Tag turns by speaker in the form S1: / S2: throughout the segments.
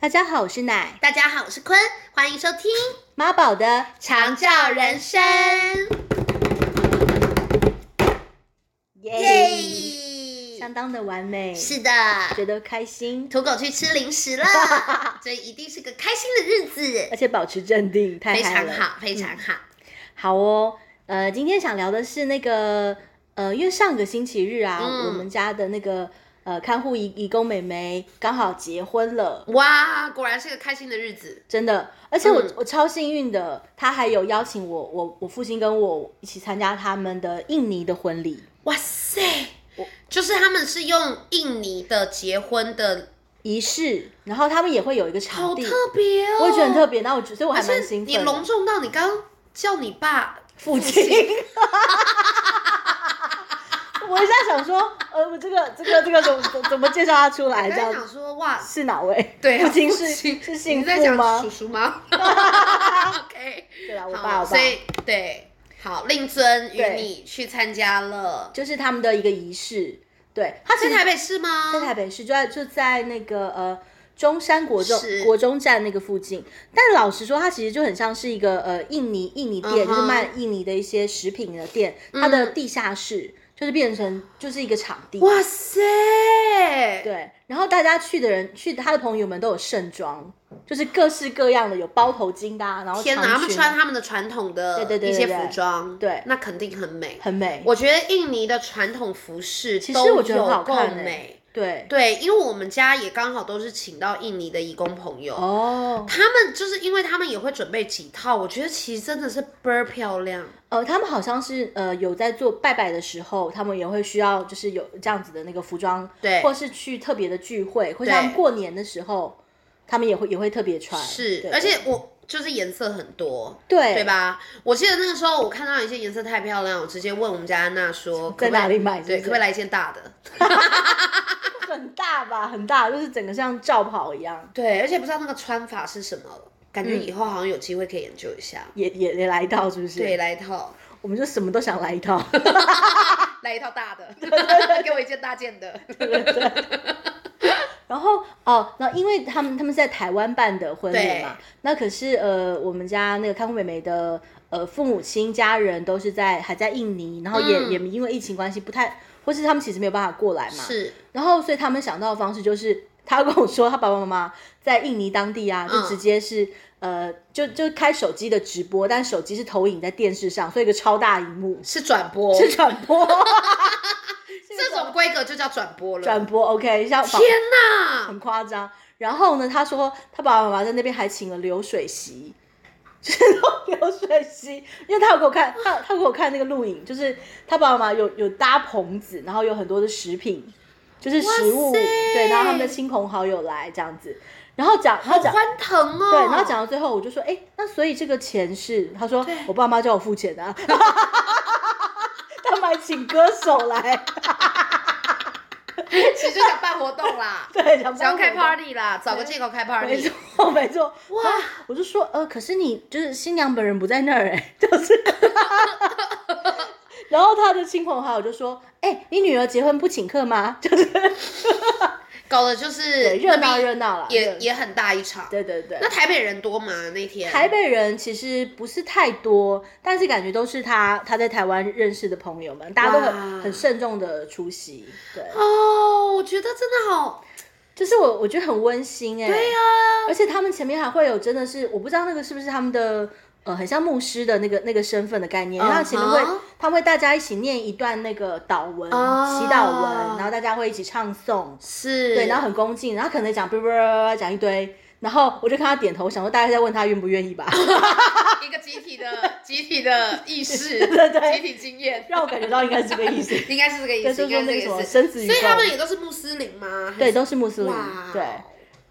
S1: 大家好，我是奶
S2: 大家好，我是坤，欢迎收听《
S1: 妈宝的
S2: 长照人生》。
S1: 哎耶，
S2: 耶！
S1: 相当的完美，
S2: 是的，
S1: 觉得开心，
S2: 土狗去吃零食 了，这一定是个开心的日子
S1: 而，且保持镇定，太
S2: 非
S1: 嗨
S2: 常
S1: 了嗯
S2: 好，非常好。
S1: 好哦，呃，今天想聊的是那个，呃，因为上个星期日啊，
S2: 嗯
S1: 我们家的那个呃看护义义工妹妹刚好结婚了，
S2: 嗯哇，果然是个开心的日子，
S1: 真的，而且我、
S2: 嗯
S1: 我超幸运的，她还有邀请我，我我父亲跟我一起参加他们的印尼的婚礼
S2: 哇塞！就是他们是用印尼的结婚的，
S1: 仪式，然后他们也会有一个
S2: 好
S1: 场地，
S2: 特别哦，
S1: 我也觉得很特别，那我觉所以我还
S2: 而
S1: 蛮
S2: 且
S1: 兴奋
S2: 你
S1: 的。
S2: 隆重到你刚叫你爸
S1: 父亲。 我一下想说，呃，我这个这个这个怎么怎么怎么介绍他出来？
S2: 我
S1: 这
S2: 刚
S1: 样
S2: 才想说哇，
S1: 是哪位？
S2: 对啊，
S1: 父亲是
S2: 亲
S1: 是幸
S2: 你在
S1: 福
S2: 讲
S1: 吗
S2: 叔？叔 吗？OK，
S1: 对啊，我爸
S2: 好，
S1: 我爸
S2: 所，以对，好，令尊与
S1: 对
S2: 你去参加了，
S1: 就是他们的一个仪式。对，他其
S2: 在
S1: 实
S2: 台北市吗？
S1: 在台北市，就在就在那个呃中山国中
S2: 是
S1: 国中站那个附近。但老实说，它其实就很像是一个呃印尼印尼店
S2: 嗯哼嗯
S1: 就是卖印尼的一些食品的店，它的地下室就是变成就是一个场地。
S2: 哇塞，
S1: 对，然后大家去的人去他的朋友们都有盛装，就是各式各样的，有包头巾的、啊，然后
S2: 天哪，
S1: 长
S2: 他们
S1: 裙
S2: 穿他们的传统的
S1: 对对对
S2: 一些
S1: 对对
S2: 服装，
S1: 对
S2: 那肯定很美。
S1: 很美，
S2: 我觉得印尼的传统服饰
S1: 其
S2: 其
S1: 实我觉得很好看欸
S2: 美。
S1: 对，
S2: 对，因为我们家也刚好都是请到印尼的义工朋友，
S1: 哦，
S2: 他们就是因为他们也会准备几套，我觉得其实真的是倍儿漂亮。
S1: 呃，他们好像是呃有在做拜拜的时候，他们也会需要就是有这样子的那个服装，
S2: 对
S1: 或是去特别的聚会，或像
S2: 对
S1: 过年的时候，他们也会也会特别穿，
S2: 是
S1: 对，
S2: 而且我就是颜色很多，
S1: 对
S2: 对？吧？我记得那个时候我看到一些颜色太漂亮，我直接问我们家安娜说，
S1: 在
S2: 可不可以
S1: 哪里买是不
S2: 对，
S1: 是
S2: 可不可以来一件大的？
S1: 很大吧，很大，就是整个像罩袍一样，
S2: 对，而且不知道那个穿法是什么，感
S1: 嗯
S2: 觉以后好像有机会可以研究一下。
S1: 也也也来一套，是不是？
S2: 对，，来一套，
S1: 我们就什么都想来一套。
S2: 来一套大 的，给我一件大件的。
S1: 然后哦，那因为他们他们是在台湾办的婚礼
S2: 对
S1: 嘛，那可是呃，我们家那个看护妹妹的呃父母亲家人都是在还在印尼，然后也、
S2: 嗯
S1: 也因为疫情关系不太，或是他们其实没有办法过来嘛，
S2: 是，
S1: 然后所以他们想到的方式就是，他跟我说他爸爸妈妈在印尼当地啊，就
S2: 嗯
S1: 直接是。呃，就就开手机的直播，但手机是投影在电视上，所以一个超大荧幕
S2: 是转播，
S1: 是转播，
S2: 这种规格就叫转播了。
S1: 转播 OK，像仿
S2: 天哪！
S1: 很夸张。然后呢，他说他爸爸妈妈在那边还请了流水席， 就是那种流水席，因为他有给我看，他他有给我看那个录影，就是他爸爸妈妈有有搭棚子，然后有很多的食品，就是食物，
S2: 哇塞
S1: 对，然后他们的亲朋好友来这样子，然后讲，然
S2: 好
S1: 后讲。
S2: 欢腾哦。
S1: 对，然后讲到最后，我就说，哎、那所以这个钱是？他说
S2: 对
S1: 我爸妈叫我付钱的、啊， 他们还请歌手来，，
S2: 其实就想办活动啦
S1: 对，想
S2: 想要开
S1: 帮我
S2: party 啦，找个借口开
S1: 没
S2: party。
S1: 错， 没错。
S2: 哇
S1: 然后我就说，呃，可是你就是新娘本人不在那儿、哎， 就是。然后他的亲朋好友就说：“哎、你女儿结婚不请客吗？”就是
S2: 搞的就是
S1: 对热闹
S2: 那边
S1: 热闹啦热
S2: 也
S1: 闹
S2: 也很大一场。
S1: 啊对对对
S2: 那。台北人多吗？那天
S1: 台北人其实不是太多，但是感觉都是他他在台湾认识的朋友们，大家都很
S2: 哇
S1: 很慎重的出席。对，
S2: 哦，我觉得真的好，
S1: 就是我我觉得很温馨哎、
S2: 对啊呀、
S1: 而且他们前面还会有真的是，我不知道那个是不是他们的呃，很像牧师的那个那个身份的概念。
S2: 嗯哼
S1: 然后前面会，他们会大家一起念一段那个祷文、
S2: 哦
S1: 祈祷文，然后大家会一起唱诵，
S2: 是
S1: 对，然后很恭敬，然后可能讲叭 叭叭叭讲一堆，然后我就看他点头，想说大家在问他愿不愿意 吧，
S2: 一个集体的集体的意识，
S1: 对对
S2: 集体经验，
S1: 让我感觉到应该是这个意 思。
S2: 应该是这个意
S1: 对，
S2: 思，
S1: 就
S2: 应
S1: 说
S2: 该
S1: 那个什
S2: 是这个
S1: 么
S2: 意思。
S1: 生死与
S2: 所以
S1: 共
S2: 他们也都是穆斯林吗？
S1: 对，
S2: 还是
S1: 都是穆斯林
S2: 哇，哦
S1: 对。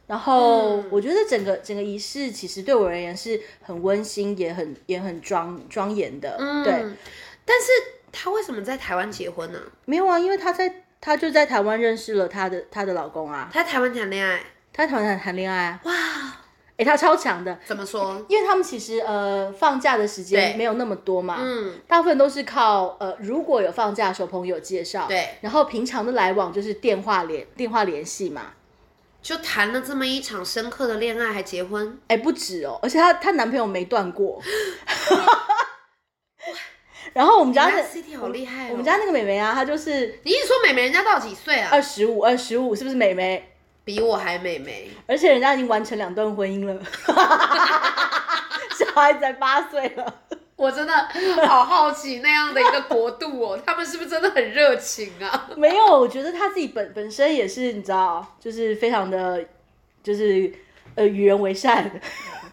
S1: 然后、
S2: 嗯
S1: 我觉得整个整个仪式其实对我而言是很温馨，也很也很庄庄严的，对。
S2: 嗯，但是他为什么在台湾结婚呢、
S1: 没有啊，因为她在她就在台湾认识了她的她的老公啊，
S2: 他在台湾谈恋爱，
S1: 她在台湾谈谈恋爱啊，
S2: 哇，
S1: 诶，她超强的，
S2: 怎么说？
S1: 因为他们其实呃放假的时间
S2: 对
S1: 没有那么多嘛，
S2: 嗯，
S1: 大部分都是靠呃如果有放假的时候朋友介绍，
S2: 对，
S1: 然后平常的来往就是电话联电话联系嘛，
S2: 就谈了这么一场深刻的恋爱，还结婚，
S1: 哎、不止哦，而且她她男朋友没断 过。然后我们家
S2: 原
S1: 那
S2: 来 City 好厉害、哦。
S1: 我们家呃那个妹妹啊，她就是
S2: 你一直说美眉，人家到底几岁啊？
S1: 二十五，二十五是不是妹妹？
S2: 比我还美眉，
S1: 而且人家已经完成两段婚姻了， 小孩子才八岁了。
S2: 我真的好好奇那样的一个国度哦，他们是不是真的很热情啊？
S1: 没有，我觉得她自己本本身也是，你知道，就是非常的，就是呃与人为善。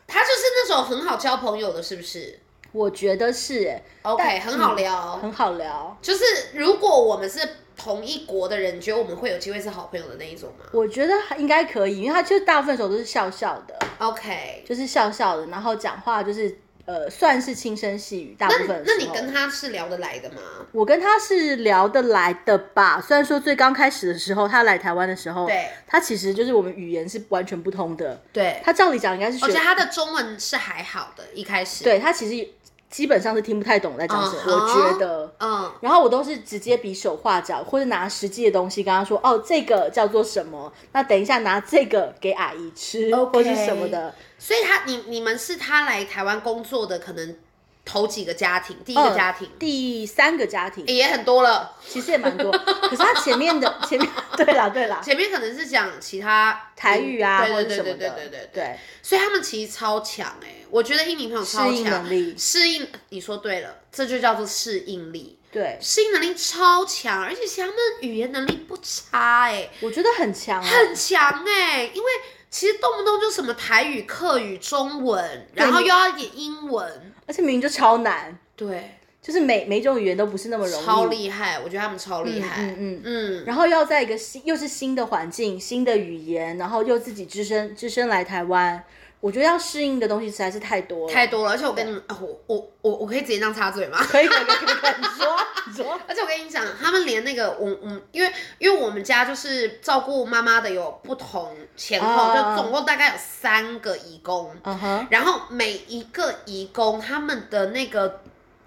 S2: 他就是那种很好交朋友的，是不是
S1: 我觉得是、哎，
S2: ？OK，
S1: 但
S2: 很好聊。
S1: 很好聊。
S2: 就是如果我们是同一国的人，你觉得我们会有机会是好朋友的那一种吗
S1: 我觉得应该可以，因为他其实大部分时候都是笑笑的，
S2: ？OK，
S1: 就是笑笑的，然后讲话就是呃，算是轻声细语，大部
S2: 那
S1: 分的
S2: 那
S1: 时
S2: 你
S1: 候
S2: 跟他是聊得来的吗？
S1: 我跟他是聊得来的吧？虽然说最刚开始的时候，他来台湾的时候，
S2: 对
S1: 他其实就是我们语言是完全不通的。
S2: 对，
S1: 他照理讲应该是学，
S2: 我觉得他的中文是还好的，一开始。，
S1: 对他其实基本上是听不太懂我在讲什么
S2: 嗯哼
S1: 我觉得。
S2: 嗯，
S1: 然后我都是直接比手画脚，或者拿实际的东西跟他说，哦，这个叫做什么？那等一下拿这个给阿姨吃
S2: OK
S1: 或是什么的。
S2: 所以他你你们是他来台湾工作的，可能头几个家庭，第一个家庭、
S1: 嗯第三个家庭
S2: 也很多了。
S1: 其实也蛮多，可是他前面的前面 对啦对啦，
S2: 前面可能是讲其他
S1: 台语啊
S2: 对
S1: 或者
S2: 对
S1: 什
S2: 对
S1: 么
S2: 对对
S1: 的，
S2: 对对对，所以他们其实超强哎、我觉得印尼朋友超强，
S1: 适应能力
S2: 适应你说对了，这就叫做适应力，
S1: 对，
S2: 适应能力超强，而且其实他们语言能力不差哎、
S1: 我觉得很强啊，
S2: 很强哎、因为其实动不动就什么台语、客语、中文，然后又要一点英文，
S1: 而且明明就超难，
S2: 对，
S1: 就是每每一种语言都不是那么容易，
S2: 超厉害，我觉得他们超厉害，
S1: 嗯嗯
S2: 嗯
S1: 然后要在一个新又是新的环境、新的语言，然后又自己只身只身来台湾，我觉得要适应的东西实在是太多了，
S2: 太多了，而且我跟你们，啊我我我我可以直接这样插嘴吗？
S1: 可以可以可以可以，你说你说，
S2: 而且我跟你讲，他们连那个我我，因为因为我们家就是照顾妈妈的有不同前后，
S1: 啊
S2: 就总共大概有三个义工，
S1: 嗯哼，
S2: 然后每一个义工他们的那个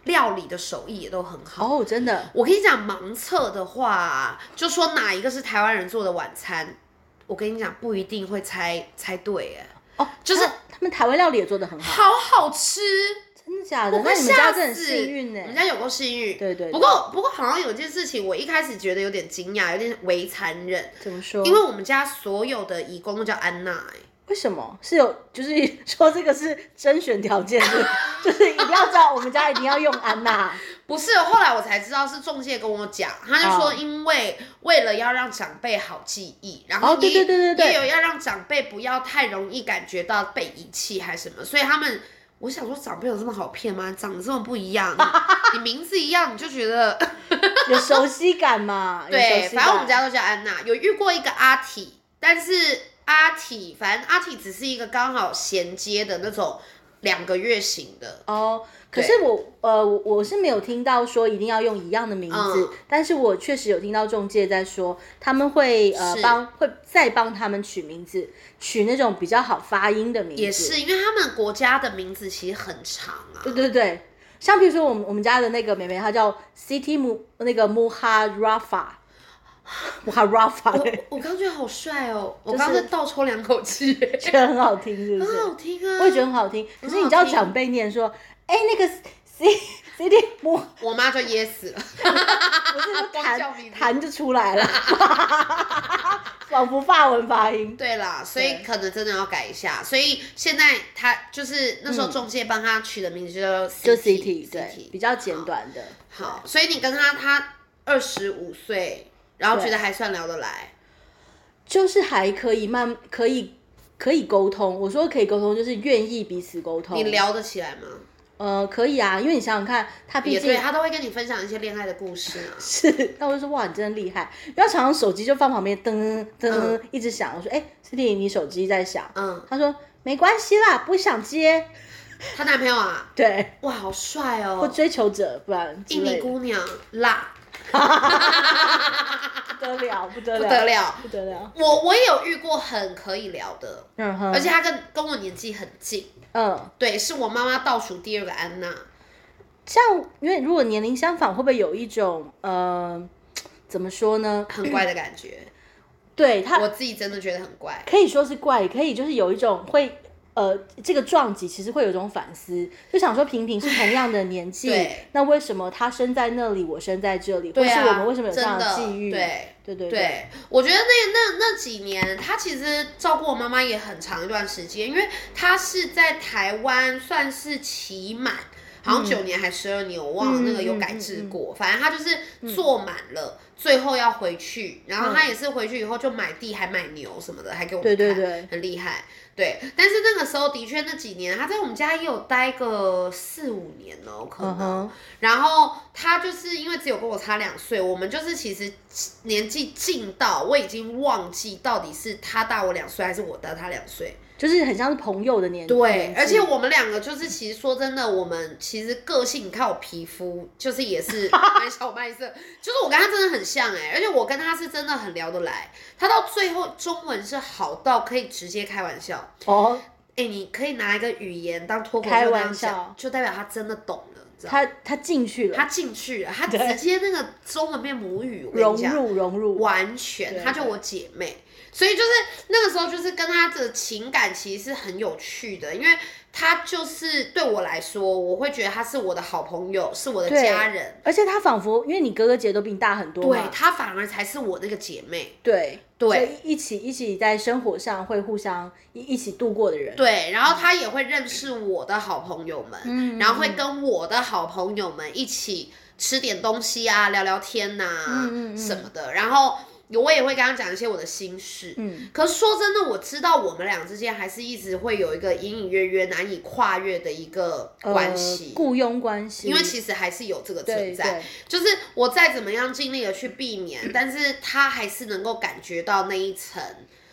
S2: 料理的手艺也都很好。
S1: 哦，真的，
S2: 我跟你讲，盲测的话，就说哪一个是台湾人做的晚餐，我跟你讲不一定会猜猜对，哎，
S1: 哦，
S2: 就是
S1: 他他们台湾料理也做得很好，
S2: 好好吃。
S1: 真的假
S2: 我
S1: 的？那
S2: 快
S1: 你们家
S2: 吓
S1: 真的很
S2: 死
S1: 幸运
S2: 我
S1: 呢
S2: 们，家有过幸运，
S1: 对对对
S2: 不过不过好像有件事情，我一开始觉得有点惊讶，有点为残忍，
S1: 怎么说？
S2: 因为我们家所有的义工都叫安娜、欸
S1: 为什么是有？就是说这个是甄选条 件是不是，就是一定要知道我们家一定要用安娜。
S2: 不是，后来我才知道是中介跟我讲，他就说
S1: 哦
S2: 因为为了要让长辈好记忆，然
S1: 哦
S2: 后
S1: 对对
S2: 也
S1: 对对对
S2: 也有要让长辈不要太容易感觉到被遗弃还是什么，所以他们。我想说，长辈有这么好骗吗？长得这么不一 样，你你名字一样，你就觉得
S1: 有熟悉感嘛？有熟
S2: 对，
S1: 悉
S2: 反正我们
S1: 感
S2: 家都叫安娜。有遇过一个阿体，但是阿体，反正阿体只是一个刚好衔接的那种两个月型的。
S1: 哦。可是我呃，我我是没有听到说一定要用一样的名字，
S2: 嗯
S1: 但是我确实有听到中介在说他们会呃
S2: 是
S1: 帮会再帮他们取名字，取那种比较好发音的名字。
S2: 也是，因为他们国家的名字其实很长啊。
S1: 对对对，像比如说我们我们家的那个妹妹，她叫 City 姆那个 Muharafa。Muharafa，
S2: 我刚觉得好帅哦，我
S1: 是
S2: 刚在倒抽两口气，
S1: 觉得很好听， 是不是？
S2: 很好听啊。
S1: 我也觉得很好听。可是你知道长辈念说，哎、那个 C C D 摸，
S2: 我妈就噎死了，
S1: 不是说
S2: 光叫
S1: 弹
S2: 名字
S1: 弹就出来 了，仿佛法文发音。
S2: 对啦，所以
S1: 对
S2: 可能真的要改一下。所以现在他就是那时候中介帮他取的名字就叫
S1: 嗯就
S2: CT
S1: CT 对
S2: CT
S1: 比较简短的，
S2: 好，所以你跟他，他二十五岁，然后
S1: 对
S2: 觉得还算聊得来，
S1: 就是还可以慢可以可以沟通。我说可以沟通，就是愿意彼此沟通。
S2: 你聊得起来吗？
S1: 呃可以啊，因为你想想看，他毕
S2: 也 对，啊
S1: 竟
S2: 他都会跟你分享一些恋爱的故事 啊。
S1: 是，那我就说哇，你真的厉害。然后常常手机就放旁边，噔噔
S2: 嗯
S1: 一直响。我说哎，City 你手机在响，
S2: 嗯，
S1: 他说没关系啦，不想接。
S2: 她男朋友啊，
S1: 对，
S2: 哇，好帅
S1: 或
S2: 哦，
S1: 追求者，不然之
S2: 印尼
S1: 类的
S2: 姑娘辣
S1: 不得了，不得
S2: 不
S1: 了，
S2: 得，了。
S1: 不得了。
S2: 我我也有遇过很可以聊的，
S1: 嗯哼，
S2: 而且她跟跟我年纪很近，
S1: 嗯，
S2: 对，是我妈妈倒数第二个安娜。
S1: 像因为如果年 龄相仿，会不会有一种呃，怎么说呢？
S2: 很怪的感觉。
S1: 对他
S2: 我自己真的觉得很怪。
S1: 可以说是怪，也可以就是有一种会呃，这个撞击其实会有一种反思，就想说平平是同样的年纪
S2: 对，
S1: 那为什么他生在那里，我生在这里，或
S2: 对
S1: 是
S2: 啊，
S1: 我们为什么有这
S2: 真
S1: 样
S2: 的
S1: 际遇？
S2: 对。
S1: 对对对，
S2: 对，我觉得那那那几年，他其实照顾我妈妈也很长一段时间，因为他是在台湾算是期满，好像九年还十二年，我忘了、
S1: 嗯
S2: 那个有
S1: 嗯
S2: 改
S1: 嗯
S2: 制
S1: 嗯
S2: 过，反正他就是做满了，最后要回去，然后他也是回去以后就买地还买牛什么的，还给我
S1: 对
S2: 们
S1: 对
S2: 看
S1: 对
S2: 很厉害。对，但是那个时候的确那几年，他在我们家也有待个四五年哦，可能。
S1: 嗯哼，
S2: 然后他就是因为只有跟我差两岁，我们就是其实年纪近到我已经忘记到底是他大我两岁还是我大他两岁。
S1: 就是很像是朋友的年纪。
S2: 对，而且我们两个就是其实说真的，我们其实个性，你看我皮肤就是也是蛮小麦色，就是我跟他真的很像哎、而且我跟他是真的很聊得来，他到最后中文是好到可以直接开玩笑。
S1: 哦，
S2: 哎、你可以拿一个语言当脱口秀
S1: 开
S2: 那
S1: 玩
S2: 样讲
S1: 笑，
S2: 就代表他真的懂了，你知道吗？
S1: 他他进去了，
S2: 他进去了，他直接那个中文变母语，我跟
S1: 融
S2: 你讲，
S1: 入融入，
S2: 完全，
S1: 对
S2: 她就我姐妹，所以就是那个时候就是跟她的情感其实是很有趣的，因为她就是对我来说，我会觉得她是我的好朋友，是我的
S1: 对
S2: 家人，
S1: 而且他仿佛因为你哥哥姐都比你大很多
S2: 对
S1: 嘛，
S2: 她反而才是我那个姐妹。
S1: 对
S2: 对
S1: 所以一起一起在生活上会互相一一起度过的人，
S2: 对，然后她也会认识我的好朋友们，
S1: 嗯
S2: 然后会跟我的好朋友们一起吃点东西啊，聊聊天呐、
S1: 嗯嗯嗯
S2: 什么的。然后我也会跟她讲一些我的心事。
S1: 嗯，
S2: 可是说真的，我知道我们俩之间还是一直会有一个隐隐约约难以跨越的一个
S1: 呃
S2: 关系，
S1: 雇佣关系，
S2: 因为其实还是有这个存
S1: 对
S2: 在。
S1: 对
S2: 就是我再怎么样尽力的去避免，但是他还是能够感觉到那一层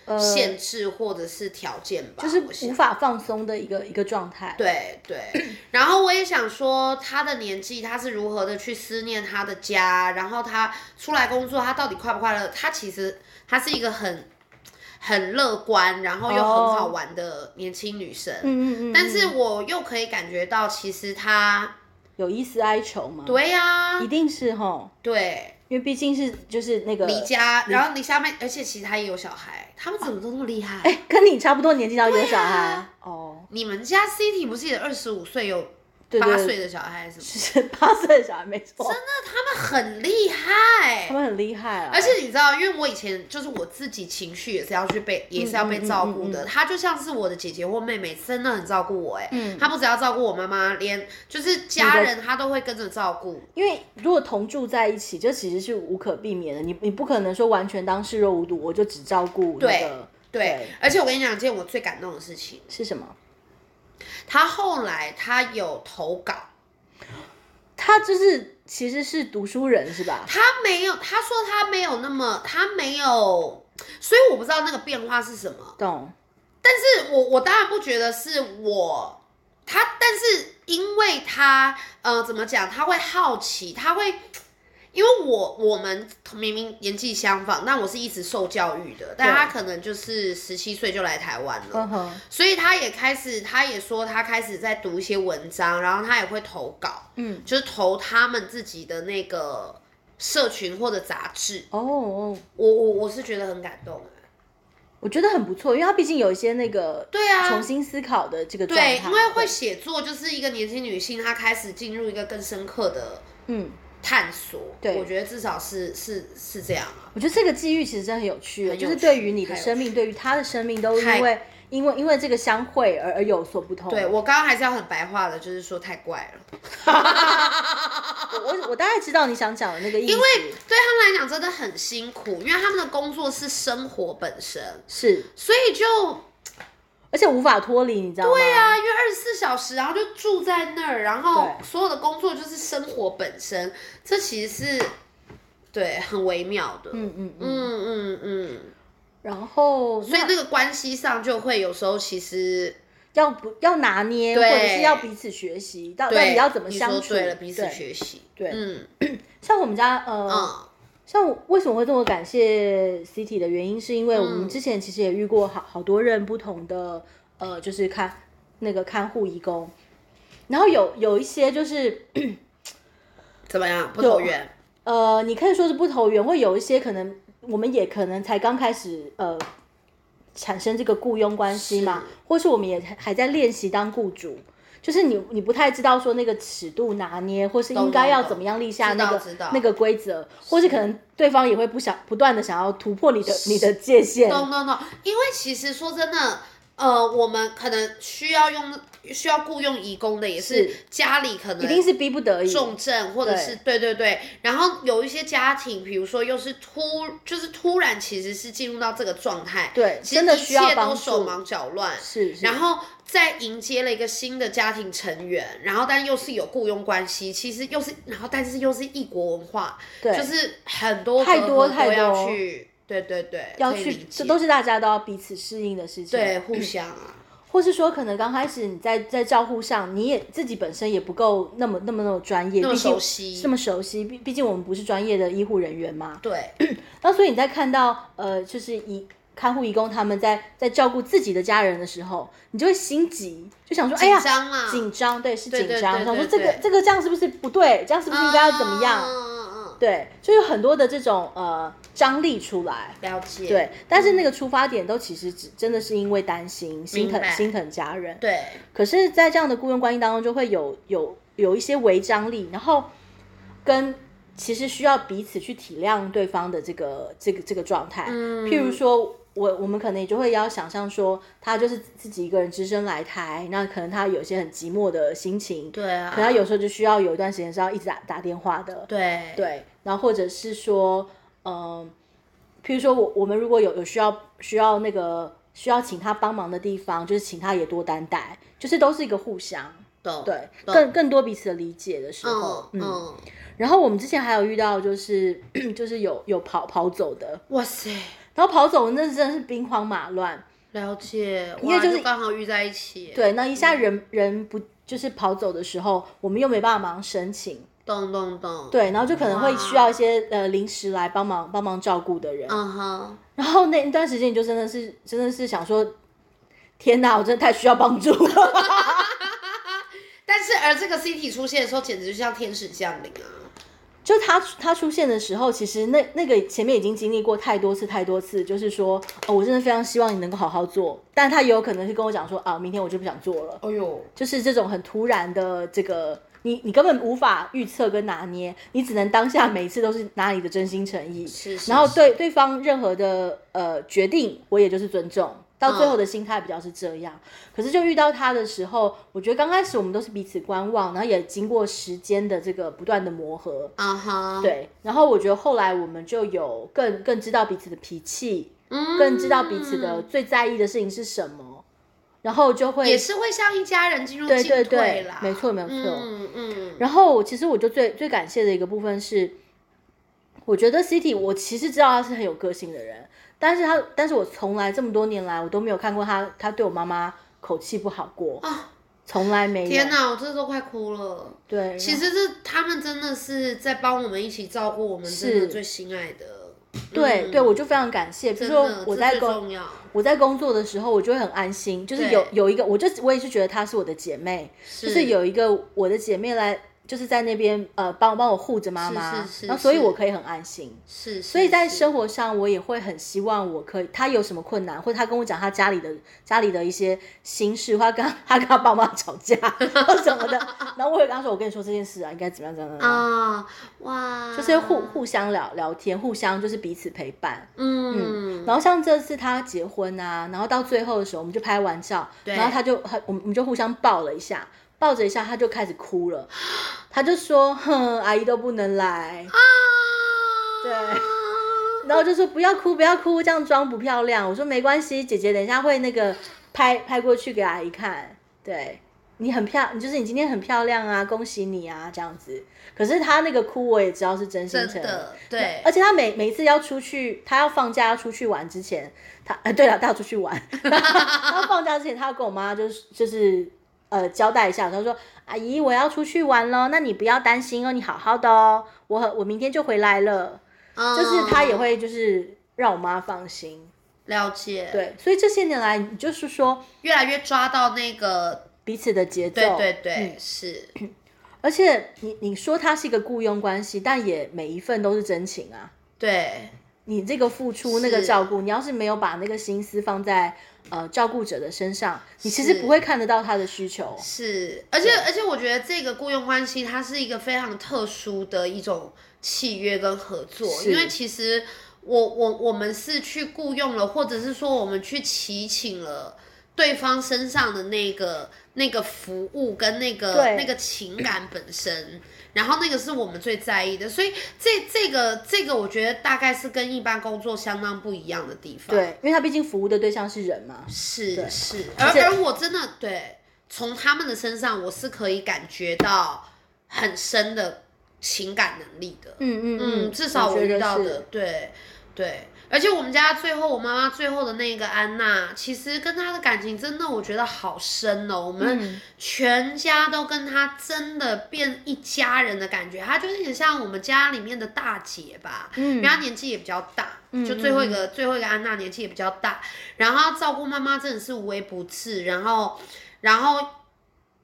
S1: 呃
S2: 限制或者是条件吧，
S1: 就是
S2: 我想
S1: 无法放松的一个一个状态。
S2: 对对， 然后我也想说，他的年纪，他是如何的去思念他的家，然后他出来工作，他到底快不快乐？他其实他是一个很很乐观，然后又很好
S1: 哦
S2: 玩的年轻女生，
S1: 嗯嗯嗯。
S2: 但是
S1: 嗯
S2: 我又可以感觉到，其实她
S1: 有一丝哀愁嘛，，
S2: 对啊呀、
S1: 一定是哈，
S2: 对
S1: 因为毕竟是就是那个
S2: 离
S1: 呃
S2: 家，然后离家妹，而且其实她也有小孩，他们怎么都那么厉害？
S1: 哎，跟你差不多年纪，然后有小孩
S2: 啊
S1: 哦，
S2: 你们家 City 不是也二十五岁有
S1: 对
S2: 八
S1: 对，
S2: 岁的小孩什么？
S1: 是八岁的小孩没错，
S2: 他们很厉害，
S1: 他们很厉害啊，
S2: 而且你知道，因为我以前就是我自己情绪也是要去被，也是要被照顾
S1: 嗯
S2: 的。
S1: 嗯嗯嗯
S2: 她就像是我的姐姐或妹妹，真的很照顾我、哎、
S1: 嗯
S2: 她不只要照顾我妈妈，连就是家人她都会跟着照顾。
S1: 因为如果同住在一起，这其实是无可避免的，你你不可能说完全当视若无睹，我就只照顾那个
S2: 对，
S1: 对
S2: 而且我跟你讲一件我最感动的事情，
S1: 是什么？
S2: 她后来她有投稿，
S1: 他就是其实是读书人是吧？
S2: 她没有，她说她没有那么，她没有，所以我不知道那个变化是什么。
S1: 懂，
S2: 但是我我当然不觉得是我他，但是因为他呃怎么讲，他会好奇，他会。因为我我们明明年纪相仿，但我是一直受教育的，但
S1: 对
S2: 他可能就是十七岁就来台湾了，
S1: 嗯哼，
S2: 所以他也开始，他也说他开始在读一些文章，然后他也会投稿，
S1: 嗯，
S2: 就是投他们自己的那个社群或者杂志。
S1: 哦哦。
S2: 我我我是觉得很感动啊，
S1: 我觉得很不错，因为他毕竟有一些那个
S2: 对啊，
S1: 重新思考的这个状态，
S2: 对，因为会写作就是一个年轻女性，她开始进入一个更深刻的
S1: 嗯，
S2: 探索。
S1: 对
S2: 我觉得至少是是是这样啊。
S1: 我觉得这个际遇其实真的很有趣，
S2: 很有
S1: 就是
S2: 趣
S1: 对于你的
S2: 太有
S1: 生命，对于他的生命，都
S2: 太
S1: 因为因为因为这个相会而而有所不同。
S2: 对
S1: 我
S2: 我刚刚还是要很白话的，就是说太怪了。
S1: 我我大概知道你想讲的那个意思，因为
S2: 对他们来讲真的很辛苦，因为他们的工作是生活本身，
S1: 是，
S2: 所以就
S1: 而且无法脱离，你知道吗？对
S2: 对啊，因为二十四小时，然后就住在那儿，然后
S1: 对
S2: 所有的工作就是生活本身，这其实是对很微妙的。
S1: 嗯嗯嗯。
S2: 嗯嗯嗯，
S1: 然后
S2: 所以
S1: 那
S2: 那个关系上就会有时候其实
S1: 要不要拿捏，或
S2: 对
S1: 者是要彼此学习，到到底要怎么相
S2: 你
S1: 处？
S2: 说对了，彼此
S1: 对
S2: 学习。
S1: 对
S2: 嗯
S1: 像我们家呃，
S2: 嗯，
S1: 像我为什么会这么感谢 City 的原因，是因为我
S2: 嗯
S1: 们之前其实也遇过好好多任不同的呃，就是看那个看护义工，然后有有一些就是
S2: 怎么样？不投缘，
S1: 呃，你可以说是不投缘，会有一些可能我们也可能才刚开始呃产生这个雇佣关系嘛，或是我们也还在练习当雇主，就是你你不太知道说那个尺度拿捏，或是应该要怎么样立下那个
S2: 懂懂懂知道知道
S1: 那个规则，或是可能对方也会不想不断的想要突破你的你的界限，
S2: no no no，因为其实说真的，呃，我们可能需要用需要雇佣义工的，也是
S1: 是
S2: 家里可能
S1: 一定是逼不得已。
S2: 重症，或者是对对对，然后有一些家庭，比如说又是突就是突然其实是进入到这个状态，
S1: 对
S2: 其实
S1: 真的
S2: 一
S1: 需要
S2: 切
S1: 帮
S2: 都
S1: 助
S2: 手忙脚乱，
S1: 是，是
S2: 然后再迎接了一个新的家庭成员，然后但又是有雇佣关系，其实又是然后但是又是异国文化，
S1: 对
S2: 就是很多
S1: 太多
S2: 隔阂
S1: 太多
S2: 都要去，对对对，
S1: 要
S2: 可以
S1: 去
S2: 理，解
S1: 这都是嗯大家都要彼此适应的事情。
S2: 对互相啊，
S1: 或是说，可能刚开始你在在照护上，你也自己本身也不够那么那么那么专业，
S2: 那么
S1: 毕竟
S2: 熟悉
S1: 那么熟悉，毕毕竟我们不是专业的医护人员嘛。
S2: 对，
S1: 那所以你在看到呃，就是医看护义工他们在在照顾自己的家人的时候，你就会心急，就想说，哎呀
S2: 紧，张啊，
S1: 紧张，对，是
S2: 对
S1: 紧
S2: 对
S1: 张，
S2: 对
S1: 想说
S2: 对
S1: 这个
S2: 对
S1: 这个这样是不是不对？这样是不是应该要怎么样？
S2: 嗯嗯嗯，
S1: 对，就有很多的这种呃张力出来。
S2: 了解，
S1: 对，但是那个出发点都其实只真的是因为担心、心疼
S2: 明、白
S1: 心疼家人。
S2: 对。
S1: 可是，在这样的雇佣关系当中，就会有有有一些违章力，然后跟其实需要彼此去体谅对方的这个这个这个状态。
S2: 嗯
S1: 譬如说，我我们可能也就会要想象说，他就是自己一个人只身来台，那可能他有一些很寂寞的心情，
S2: 对啊，
S1: 可能他有时候就需要有一段时间是要一直打打电话的。
S2: 对
S1: 对，然后或者是说，嗯、譬如说我我们如果有有需要需要那个需要请他帮忙的地方，就是请他也多担待，就是都是一个互相
S2: 懂
S1: 对
S2: 懂
S1: 更更多彼此的理解的时候
S2: 嗯，
S1: 嗯。
S2: 嗯，
S1: 然后我们之前还有遇到就是嗯就是有有跑跑走的，
S2: 哇塞，
S1: 然后跑走那真的是兵荒马乱，
S2: 了解，
S1: 因为
S2: 哇
S1: 就是
S2: 刚好遇在一起，，
S1: 对，那一下人人不就是跑走的时候，我们又没办法忙申请，
S2: 懂懂懂，，
S1: 对，然后就可能会需
S2: 哇
S1: 要一些呃临时来帮忙帮忙照顾的人，
S2: 嗯哼，
S1: 然后哦那一段时间，你就真的是真的是想说，天哪，我真的太需要帮助了。
S2: 但是而这个 CT 出现的时候，简直就像天使降临啊，
S1: 就他他出现的时候，其实那那个前面已经经历过太多次太多次，就是说，哦，我真的非常希望你能够好好做，但他也有可能是跟我讲说，啊，明天我就不想做了，
S2: 哎呦，
S1: 就是这种很突然的这个。你你根本无法预测跟拿捏，你只能当下每一次都是拿你的真心诚意，
S2: 是是
S1: 然后
S2: 是
S1: 对对方任何的呃决定，我也就是尊重。到最后
S2: 嗯
S1: 的心态比较是这样，可是就遇到他的时候，我觉得刚开始我们都是彼此观望，然后也经过时间的这个不断的磨合，
S2: 啊哈，，
S1: 对。然后我觉得后来我们就有更更知道彼此的脾气，
S2: 嗯，
S1: 更知道彼此的最在意的事情是什么，然后就会
S2: 也是会像一家人进入
S1: 对
S2: 进
S1: 对
S2: 退
S1: 对
S2: 啦，，
S1: 没错没错。
S2: 嗯嗯，
S1: 然后其实我就最最感谢的一个部分是，我觉得 City 我其实知道他是很有个性的人，但是他但是我从来这么多年来我都没有看过他他对我妈妈口气不好过，
S2: 啊，
S1: 从来没有。
S2: 天哪，我这都快哭了。
S1: 对，
S2: 其实这他们真的是在帮我们一起照顾我们真的
S1: 是
S2: 最心爱的，
S1: 对、
S2: 嗯
S1: 对，我就非常感谢。比如
S2: 真
S1: 说
S2: 的，
S1: 我
S2: 这
S1: 在
S2: 最
S1: 工
S2: 重要，
S1: 我在工作的时候，我就会很安心，就是
S2: 对
S1: 有有一个，我就我也是觉得她是我的姐妹，就是有一个我的姐妹来，就是在那边呃帮帮我护着妈妈，
S2: 是是
S1: 然后所以
S2: 是
S1: 我可以很安心。
S2: 是，
S1: 所以在
S2: 是
S1: 生活上，我也会很希望我可以，他有什么困难，或者他跟我讲他家里的家里的一些心事，或他跟他他跟他爸妈吵架或什么的，然后我也跟他说，我跟你说这件事啊，应该怎么样怎么样怎么样，
S2: 啊，哇，
S1: 就是互互相聊聊天，互相就是彼此陪伴。
S2: 嗯，
S1: 然后像这次他结婚啊，然后到最后的时候，我们就拍玩笑，
S2: 对
S1: 然后他就他我们我们就互相抱了一下，抱着一下他就开始哭了，他就说，哼，阿姨都不能来，对。然后就说不要哭，不要哭，这样装不漂亮。我说没关系，姐姐等一下会那个拍拍过去给阿姨看。对你很漂，你就是你今天很漂亮啊，恭喜你啊，这样子。可是她那个哭，我也知道是真心
S2: 真
S1: 诚意。
S2: 的嗯对
S1: 而，且她每每一次要出去，她要放假要出去玩之前，她 呃对了，她要出去玩， 她要放假之前，她要跟我妈就是就是呃交代一下，她说阿姨我要出去玩了，那你不要担心哦，你好好的哦，我很我明天就回来了。
S2: 就
S1: 呃就是他也会就是让我妈放心。
S2: 嗯了解，，
S1: 对，所以这些年来，你就是说
S2: 越来越抓到那个，
S1: 彼此的节奏，
S2: 对对对，
S1: 嗯
S2: 是，
S1: 而且你你说它是一个雇佣关系，但也每一份都是真情啊。
S2: 对，
S1: 你这个付出、那个照顾，你要是没有把那个心思放在呃照顾者的身上，你其实
S2: 是
S1: 不会看得到他的需求。
S2: 是，而且而且我觉得这个雇佣关系它是一个非常特殊的一种契约跟合作，因为其实我我我们是去雇佣了，或者是说我们去祈请了。对方身上的那个那个服务跟那个
S1: 对
S2: 那个情感本身，然后那个是我们最在意的，所以这这个这个我觉得大概是跟一般工作相当不一样的地方。
S1: 对，因为他毕竟服务的对象是人嘛。
S2: 是
S1: 对
S2: 是，而
S1: 而且
S2: 而我真的对从他们的身上，我是可以感觉到很深的情感能力的。
S1: 嗯嗯
S2: 嗯，至少我
S1: 觉
S2: 遇
S1: 得
S2: 到
S1: 是
S2: 的，对对。而且我们家最后，我妈妈最后的那个安娜，其实跟她的感情真的，我觉得好深哦。我们
S1: 嗯
S2: 全家都跟她真的变一家人的感觉，她就是很像我们家里面的大姐吧。因
S1: 嗯
S2: 为她年纪也比较大，就最后一个、最后一个安娜年纪也比较大，然后她照顾妈妈真的是无微不至，然后然后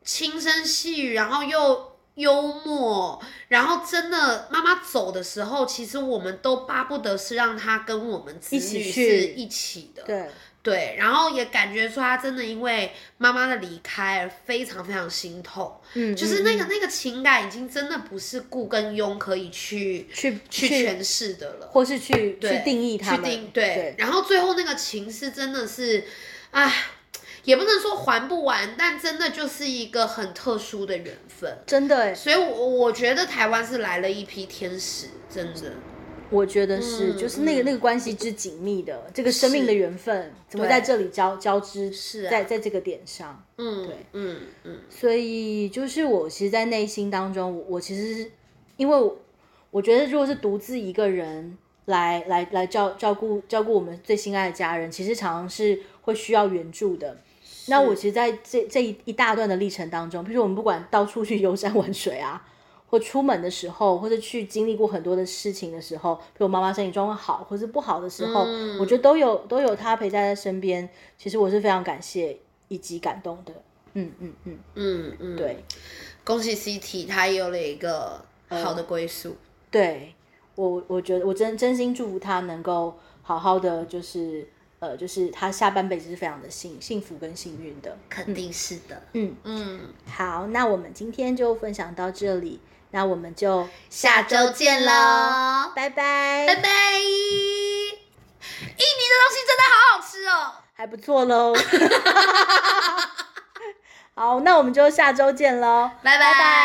S2: 轻声细语，然后又幽默，然后真的妈妈走的时候，其实我们都巴不得是让她跟我们子
S1: 一起
S2: 女是
S1: 去
S2: 一起的，
S1: 对，
S2: 对，然后也感觉出她真的因为妈妈的离开而非常非常心痛，
S1: 嗯，
S2: 就是那个
S1: 嗯
S2: 那个情感已经真的不是顾跟庸可以去
S1: 嗯去
S2: 去诠释的了。
S1: 或是去去
S2: 对
S1: 定义他
S2: 去
S1: 们，
S2: 定对然后最后那个情是真的是，唉，也不能说还不完，但真的就是一个很特殊的缘分。
S1: 真的欸，
S2: 所以我，我觉得台湾是来了一批天使，真的
S1: 我觉得是，
S2: 嗯
S1: 就是那个
S2: 嗯
S1: 那个关系之紧密的，这个生命的
S2: 是
S1: 缘分怎么
S2: 对
S1: 在这里交交织？
S2: 是啊
S1: 在在这个点上，
S2: 嗯，
S1: 对，
S2: 嗯嗯，
S1: 所以就是我其实，在内心当中，我我其实是因为我我觉得，如果是独自一个人来来来照照顾照顾我们最心爱的家人，其实常常是会需要援助的。那我其实在这这一一大段的历程当中，比如说我们不管到处去 游山玩水啊，或出门的时候，或者去经历过很多的事情的时候，比如我妈妈身体状况好或是不好的时候，
S2: 嗯
S1: 我觉得都有都有她陪在她身边，其实我是非常感谢以及感动的。嗯嗯嗯，
S2: 嗯嗯，
S1: 对。
S2: 恭喜 CT，他也有了一个好的归宿。
S1: 哦对我，我觉得我真真心祝福他能够好好的，就是呃，就是他下半辈子是非常的幸幸福跟幸运的。
S2: 肯定是的，
S1: 嗯，
S2: 嗯，
S1: 好，那我们今天就分享到这里，那我们就
S2: 下周见喽，
S1: 拜拜，
S2: 拜拜。印尼的东西真的好好吃哦。
S1: 还不错喽。 好，那我们就下周见喽，
S2: 拜拜
S1: 拜